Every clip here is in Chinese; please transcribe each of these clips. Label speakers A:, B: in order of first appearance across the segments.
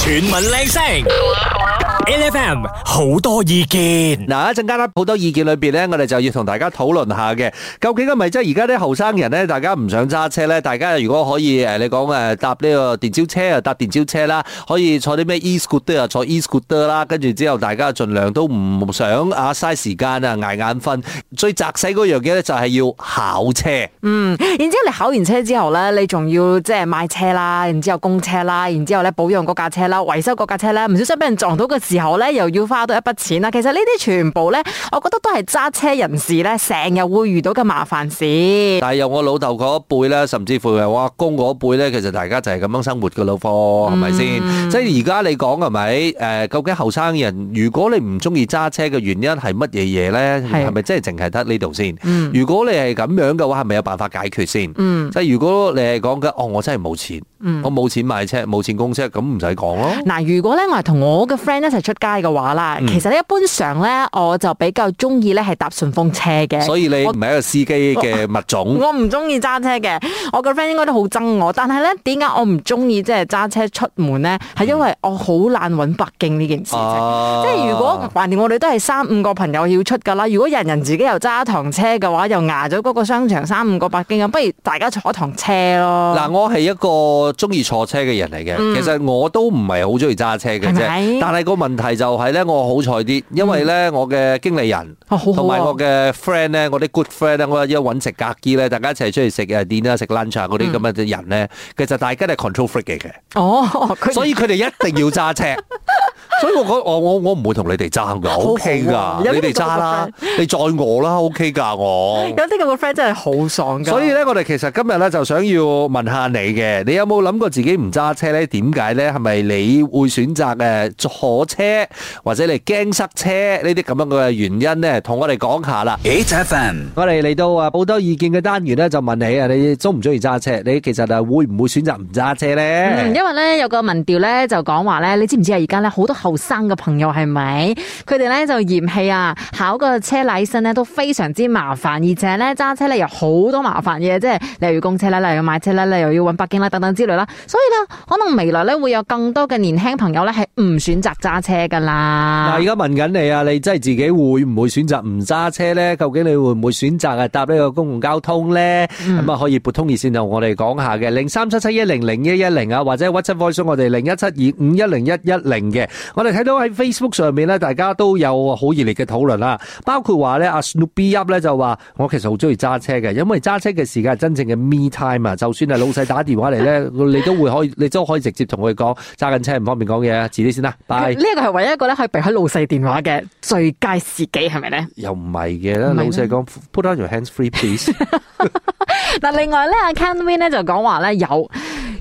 A: 全民靚聲，LFM 好多意見。
B: 嗱，一陣間咧好多意見裏邊咧，我哋就要同大家討論下嘅，究竟係咪即係而家啲後生人咧，大家唔想揸車咧，大家如果可以呃誒，你講誒搭呢個電召車啊，搭電召車啦，可以坐啲咩 e scooter 啊，坐 e scooter 啦，跟住之後大家盡量都唔想啊嘥時間啊捱眼瞓，最砸死嗰樣嘢咧就係要考車，
C: 嗯， 然之後你考完車之後咧，你仲要即係買車啦，然之後供車啦，然之後咧保養嗰架車啦，維修嗰架車咧，唔小心俾人撞到嘅時候咧，又要花多一筆錢啦。其實呢啲全部咧，我覺得都係揸車人士咧成日會遇到嘅麻煩事。
B: 但係由我老豆嗰一輩咧，甚至乎係我阿公嗰一輩咧，其實大家就係咁樣生活嘅老貨，係咪先？即係而家你講係咪？誒、究竟後生人如果你唔中意揸車嘅原因係乜嘢嘢咧？
C: 係
B: 係咪真係淨係得呢度先？
C: 嗯
B: 如果你係咁樣嘅話，係咪有辦法解決先？
C: 嗯
B: 即係如果你係講緊，哦，我真係冇錢，
C: 嗯
B: 我冇錢買車，冇錢供車，咁唔使講咯。
C: 嗱，如果咧我係同我嘅 friend 一齊出街嘅話啦，
B: 嗯
C: 其實咧一般上咧我就比較中意咧係搭順風車嘅。
B: 所以你
C: 我
B: 唔係一個司機嘅物種。
C: 我唔中意揸車嘅，我個 friend 應該都好憎我。但係咧，點解我唔中意即係揸車出門咧？係因為我好懶揾北京呢件事情。
B: 啊
C: 即係如果橫掂我哋都係三五個朋友要出㗎啦，如果人人自己又揸一堂車嘅話，又牙咗嗰個商場三五個北京咁，不如大家坐一堂車咯。
B: 嗱，我係一個中意坐車嘅人嚟嘅，其實我都唔係好中意揸車嘅
C: 係咪
B: 啫。但係個問題就係咧，我好彩啲，因為咧我嘅經理人
C: 哦好好啊
B: 同埋我嘅 friend 咧，我啲 good friend 咧，我一揾食格機咧，大家一齊出去食誒 dinner 啊、食 lunch 啊嗰啲咁嘅嘅人咧，其實大家都係 control freak 嚟嘅，
C: 哦，佢
B: 所以佢哋一定要揸 車。所以我覺得我我我唔會同你哋爭㗎
C: 好
B: ，OK
C: 好啊
B: 㗎，
C: 有呢
B: 你
C: 個
B: 哋揸啦，你載我啦，OK 㗎我。
C: 有啲咁嘅 friend 真係好爽㗎。
B: 所以咧，我哋其實今日咧就想要問下你嘅，你有冇諗過自己唔揸車咧？點解咧？係咪你會選擇誒坐車，或者你驚塞車呢啲咁樣嘅原因咧？同我哋講下啦。
A: HFM
B: 我哋嚟到啊好多意見嘅單元咧，就問你啊，你中唔中意揸車？你其實啊會唔會選擇唔揸車咧？
C: 嗯，因為咧有個民調咧就講話咧，你知唔知啊？而家咧好多後生嘅朋友係咪？佢哋咧就嫌棄啊，考個車禮身咧都非常之麻煩，而且咧揸車咧有好多麻煩嘅，即係你又要供車啦，你又要買車啦，你又要揾北京啦等等之類啦。所以咧，可能未來咧會有更多嘅年輕朋友咧係唔選擇揸車噶
B: 嗱，
C: 啦
B: 而。家問緊你啊，你真係自己會唔會選擇唔揸車咧？究竟你會唔會選擇啊搭呢個公共交通咧？咁啊、可以撥通熱線同我哋講下嘅，零三七七一零零一一零啊，或者 WhatsApp voice 我哋零一七二五一零一一零嘅。我哋睇到喺 Facebook 上面咧，大家都有好熱烈嘅討論啦，包括話咧阿 Snoopy Up 咧就話我其實好中意揸車嘅，因為揸車嘅時間係真正嘅 me time 啊，就算係老細打電話嚟咧，你都會可以，你都可以直接同佢講揸緊車唔方便講嘢啊，遲啲先啦，拜。
C: 呢個係唯一一個咧可以避開老細電話嘅最佳時機，係咪咧？
B: 又唔係嘅
C: 唔係
B: 啦，
C: 咩
B: 老細講 put on your hands free please。
C: 嗱，另外咧，阿 Ken Win 咧就講話咧有。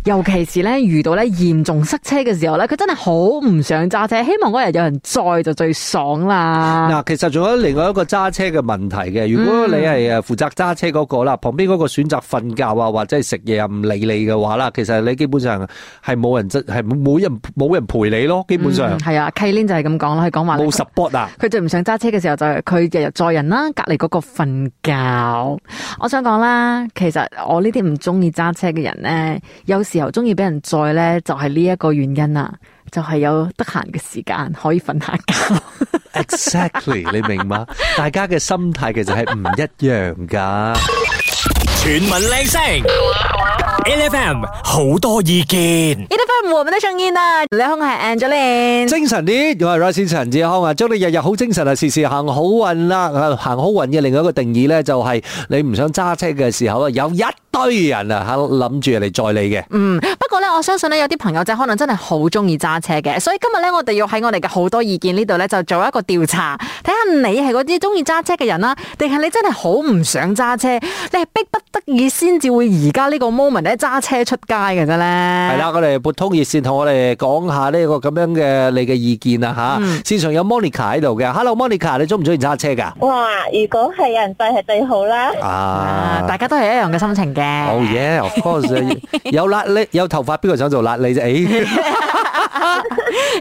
C: 尤其是咧遇到咧嚴重塞車嘅時候咧，佢真係好唔想揸車，希望嗰日有人載就最爽啦。嗯
B: 嗱，其實仲有另外一個揸車嘅問題嘅，如果你係誒呃負責揸車嗰個啦，旁邊嗰個選擇瞓覺啊或者係食嘢啊唔理你嘅話啦，其實你基本上係冇人真係冇人冇人陪你咯，基本上
C: 嗯係啊，K Lin 就係咁講啦，佢講話呢
B: 冇 support 啊。
C: 佢最唔想揸車嘅時候就係佢日日載人啦，隔離嗰個瞓覺。我想講啦，其實我呢啲唔中意揸車嘅人咧，有時候中意俾人載咧，就係呢一個原因啦，就係、有得閒嘅時間可以瞓下覺。
B: Exactly，你明嘛？大家嘅心態其實係唔一樣㗎。
A: 全民靚聲，LFM 好多意見。
C: E D F 我們的聲音啊，你好，我係 Angeline。
B: 精神啲，我係 Rice 陳志康啊！祝你日日好精神啊，時時行好運啦！啊行好運嘅另外一個定義咧，就係你唔想揸車嘅時候啊，有一堆人啊，喺度諗住嚟載你嘅。
C: 嗯，不過咧，我相信咧，有啲朋友仔可能真係好中意揸車嘅，所以今日咧，我哋要喺我哋嘅好多意見呢度咧，就做一個調查，睇下你係嗰啲中意揸車嘅人啦，定係你真係好唔想揸車，你係逼不得已先至會而家呢個 moment 咧揸車出街嘅啫咧。
B: 係
C: 係
B: 啦，，我哋撥通熱線同我哋講下呢個咁樣嘅你嘅意見啊吓。線上有 Monica 喺度嘅，Hello Monica，你中唔中意揸車㗎？
D: 哇！如果係有人制係最好啦。
B: 啊
C: 啊，，大家都係一樣嘅心情嘅。
B: Oh yeah，of course，有辣你有頭髮邊個想做辣你啫？誒，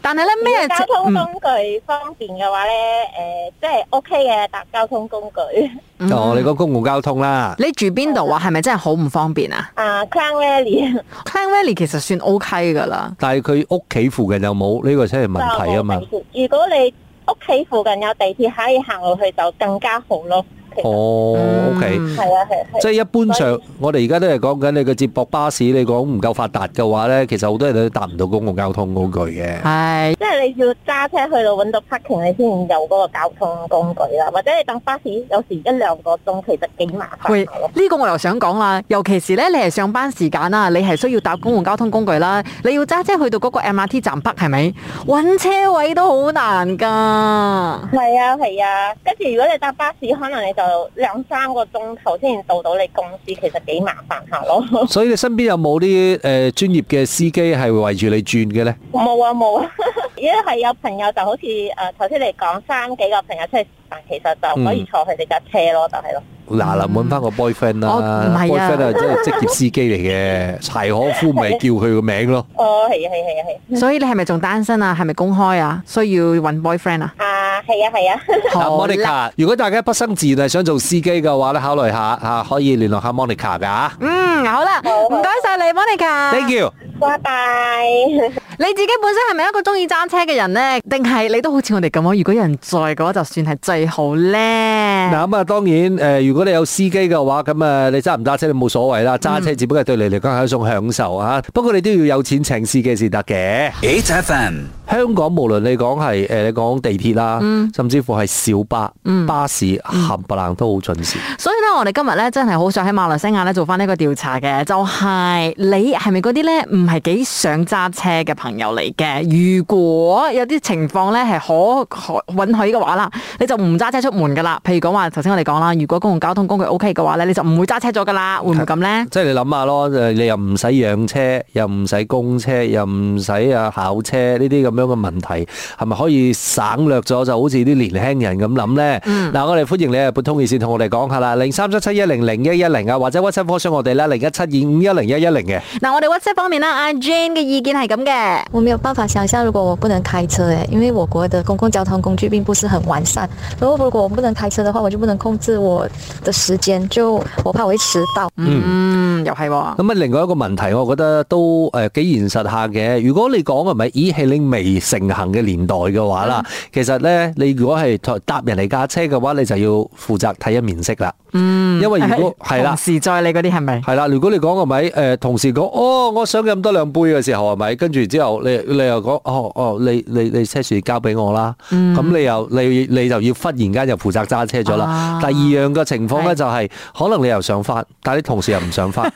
C: 但係咧咩
D: 交
C: 情嗯
D: 通工具方便嘅話咧，
B: 嗯
D: 诶、即係 OK 嘅搭交通工具。
C: 嗯
B: 哦，你講公共交通啦，
C: 你住邊度啊？係咪真係好唔方便啊
D: 啊，Crown Valley
C: ？Clan Valley 其實算 OK 噶啦。
B: 但係佢屋企附近有冇呢個先係問題啊嘛
D: 就。冇地鐵如果你屋企附近有地鐵，可以行路去就更加好咯。其實
B: 哦，OK，
C: 嗯
D: 係啊，係啊係啊
B: 即係一般
D: 所
B: 上，我哋而家都係講緊你個接駁巴士，你講唔夠發達嘅話咧，其實好多人都搭唔到公共交通工具嘅。
C: 係
D: 即係你要揸車去到揾到 parking，你先有嗰個交通工具啦，或者你等巴士有時一兩個鐘，其實幾麻
C: 喂，
D: 煩咯。
C: 呢個我又想講啦，尤其是咧，你係上班時間啦，你係需要搭公共交通工具啦，你要揸車去到嗰個 MRT 站北係咪？揾車位都好難㗎。
D: 係啊係啊，跟住如果你搭巴士，可能你就兩三個鐘頭先到到你公司，其實幾麻煩下咯。
B: 所以你身邊有冇啲誒專業嘅司機係圍住你轉嘅咧？
D: 冇啊冇啊， 因為係有朋友就好似誒頭先你講三幾個朋友出去食飯，其實就可以坐佢哋架車咯，就係咯。
B: 嗱嗱，揾翻個 boyfriend
C: 我唔
B: 啦
C: 係啊
B: ，boyfriend 啊，真嗯係職業司機嚟嘅，柴可夫咪叫佢個名 咯。
D: 哦，係啊係啊係啊係啊
B: 嗯
C: 所以你係咪仲單身啊？係咪公開啊？需要揾 boyfriend 啊？
D: 啊係啊係啊，
B: 嗱
C: 好啦，
B: ，Monica，如果大家不生自然係想做司機嘅話咧，考慮下嚇，可以聯絡下 Monica 㗎啊
C: 嗯，好啦，唔該晒你，Monica。
B: Thank you。
D: 拜拜。
C: 你自己本身係咪一個中意揸車嘅人呢？定係你都好似我哋咁啊？如果有人在嘅話，就算係最好呢。
B: 嗱咁啊，當然誒、如果你有司機嘅話，咁啊，你揸唔揸車你冇所謂啦，揸車只不過係對你嚟講係一種享受啊。不過你都要有錢請司機先得嘅。
A: HFM，
B: 香港無論你講係誒，你講地鐵啦，甚至乎係小巴、巴士，冚唪唥都好準時。
C: 所以咧，我哋今日咧真係好想喺馬來西亞咧做翻呢個調查嘅，就係、你係咪嗰啲咧唔係幾想揸車嘅朋友嚟嘅？如果有啲情況咧係可可允許嘅話啦，你就唔揸車出門噶啦。譬如講話頭先我哋講啦，如果公共交通工具 OK 嘅話咧，你就唔會揸車咗噶啦，會唔會咁呢？
B: 即係你諗下咯，誒你又唔使養車，又唔使供車，又唔使啊考車呢啲咁樣嘅問題，係咪可以省略咗？就好似啲年輕人咁諗呢？嗱、我哋歡迎你啊，撥通熱線同我哋講下啦，零三七七一零零一一零啊，或者 WhatsApp 科商我哋啦，零一七二五一零一一零嘅。
C: 嗱，我哋 WhatsApp 方面啦，阿 Jane 嘅意見係咁嘅。
E: 我没有办法想象，如果我不能开车，诶，因为我国的公共交通工具并不是很完善。然后如果我不能开车的话，我就不能控制我的时间，就我怕我会迟到。
C: 嗯，又係喎。
B: 咁啊，另外一個問題，我覺得都誒幾現實下嘅。如果你講係咪以氣令未成行嘅年代嘅話啦，其實咧，你如果係搭人哋架車嘅話，你就要負責睇一面色啦。嗯，因為如 果係啦
C: 同。時在你嗰啲係咪？
B: 係啦，如果你講係咪誒同事講，哦，我想飲多兩杯嘅時候係咪？跟住之後你你又講，哦哦，你你你車匙交俾我啦，咁、
C: 嗯
B: 你又你你就要忽然間就負責揸車咗啦。
C: 啊
B: 第二樣嘅情況咧
C: 係
B: 就係、可能你又想翻，但係啲同事又唔想 翻，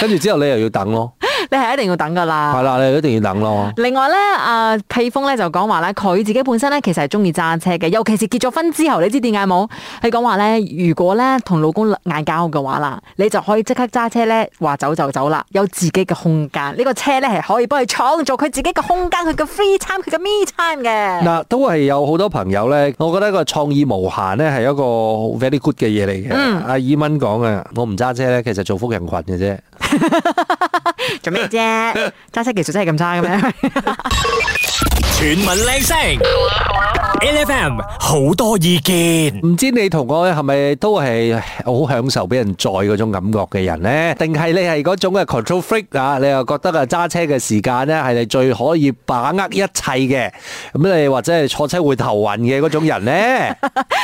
B: 跟住之後你又要等咯，
C: 你係一定要等噶
B: 係
C: 啦。
B: 啦，你一定要等咯。
C: 另外咧，阿、屁峰咧就講話咧，佢自己本身咧其實係中意揸車嘅，尤其是結咗婚之後，你知點解冇？佢講話咧，如果咧同老公呃嗌交嘅話啦，你就可以即刻揸車咧，話走就走啦，有自己嘅空間。呢、個車咧係可以幫佢創造佢自己嘅空間，佢嘅 free time，佢嘅 me time 嘅。
B: 嗱，都係有好多朋友咧，我覺得個創意無限咧係一個 very good 嘅嘢嚟嘅。
C: 嗯
B: 阿爾蚊講嘅，我唔揸車咧，其實造福人群嘅啫。
C: 做咩啫？揸車技術真係咁差嘅咩？
A: 全民靚聲，LFM 好多意見。
B: 唔知你同我係咪都係好享受俾人載嗰種感覺嘅人呢？定係你係嗰種嘅 control freak 啊？你又覺得啊揸車嘅時間呢係你最可以把握一切嘅，咁你或者係坐車會頭暈嘅嗰種人 呢？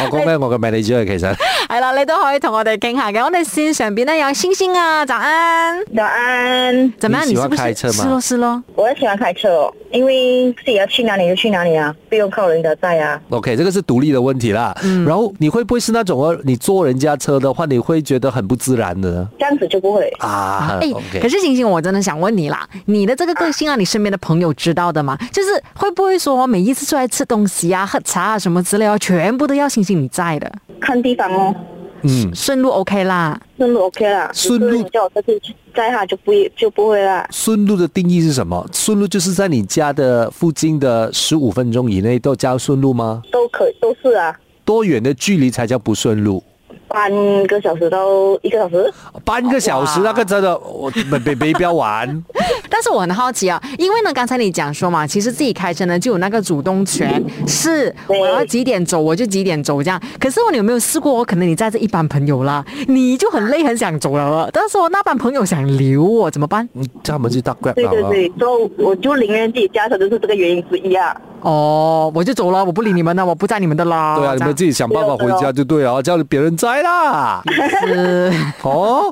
B: 我講咩？我嘅命你知啊，其實
C: 係啦，你都可以同我哋傾下嘅。我哋線上邊咧有星星啊，早安。
D: 早安，
C: 怎么样？
B: 你喜
C: 你是
B: 欢
C: 不
B: 开
C: 是？
B: 车吗
C: 是咯是咯，
D: 我很喜歡開車哦，因為自己要去哪裡就去哪裡啊，不用靠人家載啊。
B: OK，這個是獨立的問題啦。
C: 嗯
B: 然後你會不會是那種哦你坐人家車的話，你會覺得很不自然的呢？
D: 这样子就不会。
B: 啊
C: 哎、可
B: ，OK，
C: 是星星，我真的想问你啦，你的这个个性啊，你身边的朋友知道的吗？就是会不会说每一次出来吃东西啊、喝茶啊什么之类啊，全部都要星星你在的？
D: 看地方哦，
B: 嗯。
C: 顺路 OK 啦，
D: 顺路 OK 啦。
B: 顺路
D: 如果你叫我这次去载他就不就不会啦。
B: 顺路的定义是什么？顺路就是在你家的附近的十五分钟以内都叫顺路吗？
D: 都可都是啊。
B: 多远的距离才叫不顺路？
D: 半个小时到一个小时。
B: 半个小时
C: 哇
B: 那个真的，我没没没必要 玩。
C: 但是我很好奇啊，因为呢，刚才你讲说嘛，其实自己开车呢就有那个主动权，是
D: 对
C: 我要几点走我就几点走这样。可是我有没有试过？我可能你载着一班朋友啦，你就很累很想走了，但是我那班朋友想留我怎么办？
B: 嗯叫他们去搭 Grab
D: 对
B: 好
D: 对
B: 了。哦
D: 对，所以我就宁愿自己驾车，就是这个原因之一啊。
C: 哦，我就走了，我不理你们了，我不载你们的啦。
D: 哦
B: 对啊，你们自己想办法回家就对了，哦叫别人摘 啦。
C: 己。
B: 哦，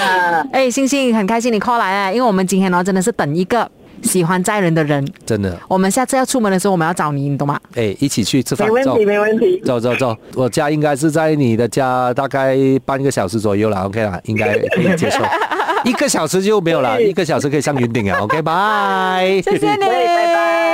D: 啊，
C: 哎，星星很开心你 call 来啊，因为我们今天呢真的是等一个喜欢载人的人。
B: 真的，
C: 我们下次要出门的时候，我们要找你，你懂吗？
B: 哎，一起去吃饭
D: 没，问
B: 走
D: 题，没问题。
B: 走走走，我家应该是在你的家大概半个小时左右啦，OK 啦，应该可以 接受。一个小时就没有了，一个小时可以上云顶啊，OK，拜。
C: 谢谢你，
D: 喂拜拜。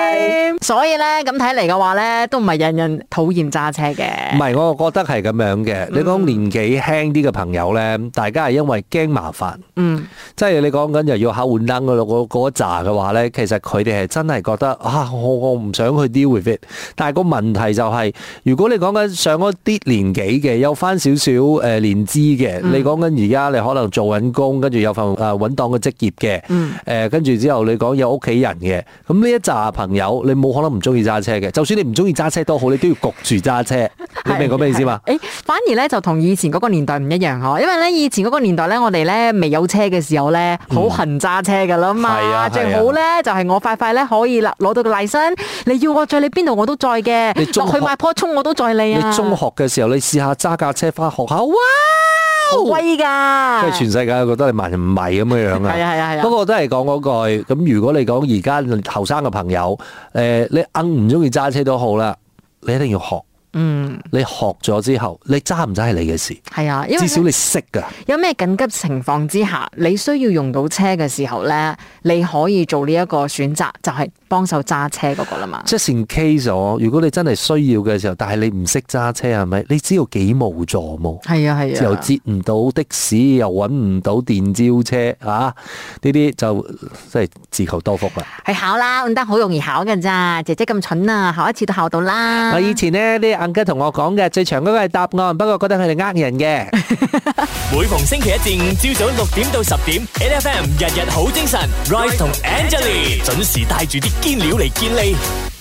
C: 所以咧，咁睇嚟嘅話咧，都唔係人人討厭揸車
B: 唔
C: 嘅。嗯
B: 係，我覺得係咁樣嘅。你講年紀輕啲嘅朋友咧，大家係因為驚麻煩，
C: 嗯，
B: 即係你講緊又要考換燈嗰度嗰嗰一紮嘅話咧，其實佢哋係真係覺得啊，我我唔想去 deal with it。但係個問題就係、如果你講緊上嗰啲年紀嘅，有翻少少誒年資嘅，
C: 嗯
B: 你講緊而家你可能做緊工，跟住有份誒穩當嘅職業嘅，誒、
C: 嗯
B: 跟住之後你講有屋企人嘅，咁呢一紮朋友你冇可能唔中意揸車嘅，就算你唔中意揸車都好，你都要焗住揸車， 你明我咩意思嘛？
C: 誒，哎反而咧就同以前嗰個年代唔一樣嗬，因為咧以前嗰個年代咧，我哋咧未有車嘅時候咧，好恨揸車噶啦嘛。
B: 係啊係啊
C: 最好咧就係我快快咧可以啦，攞到個 l 身，你要我載你邊度我都載嘅
B: 你，中
C: 落去
B: 學
C: 買棵葱我都載你
B: 你
C: 啊。
B: 中學嘅時候，你試下揸架車翻學校，哇！
C: 好威㗎，
B: 即係全世界覺得你萬人迷咁樣樣啊！
C: 啊係啊係啊係啊
B: 不過都係講嗰句，咁如果你講而家後生嘅朋友，誒、你硬唔中意揸車都好啦，你一定要學。
C: 嗯
B: 你學咗之後，你揸唔揸係你嘅事，
C: 係啊，因
B: 至
C: 為呢
B: 少你識㗎。
C: 有咩緊急情況之下，你需要用到車嘅時候呢，你可以做呢一個選擇，就係幫手揸車嗰個啦嘛。
B: 即 in case 我，如果你真係需要嘅時候，但係你唔識揸車係咪？你知道幾無助冇？
C: 係啊係
B: 又
C: 啊，
B: 截唔到的士，又揾唔到電召車啊！呢啲就即係自求多福啦。
C: 去考啦，得好容易考嘅咋，姐姐咁蠢啊，考一次都考到啦。
B: 啊我以前呢啲硬吉同我講嘅，最長嗰個係答案，不過覺得佢哋呃人嘅。
A: 每逢星期一至五朝早六點到十點，N F M 日日好精神，Rise 同 Angelie 準時帶住啲堅料嚟健利。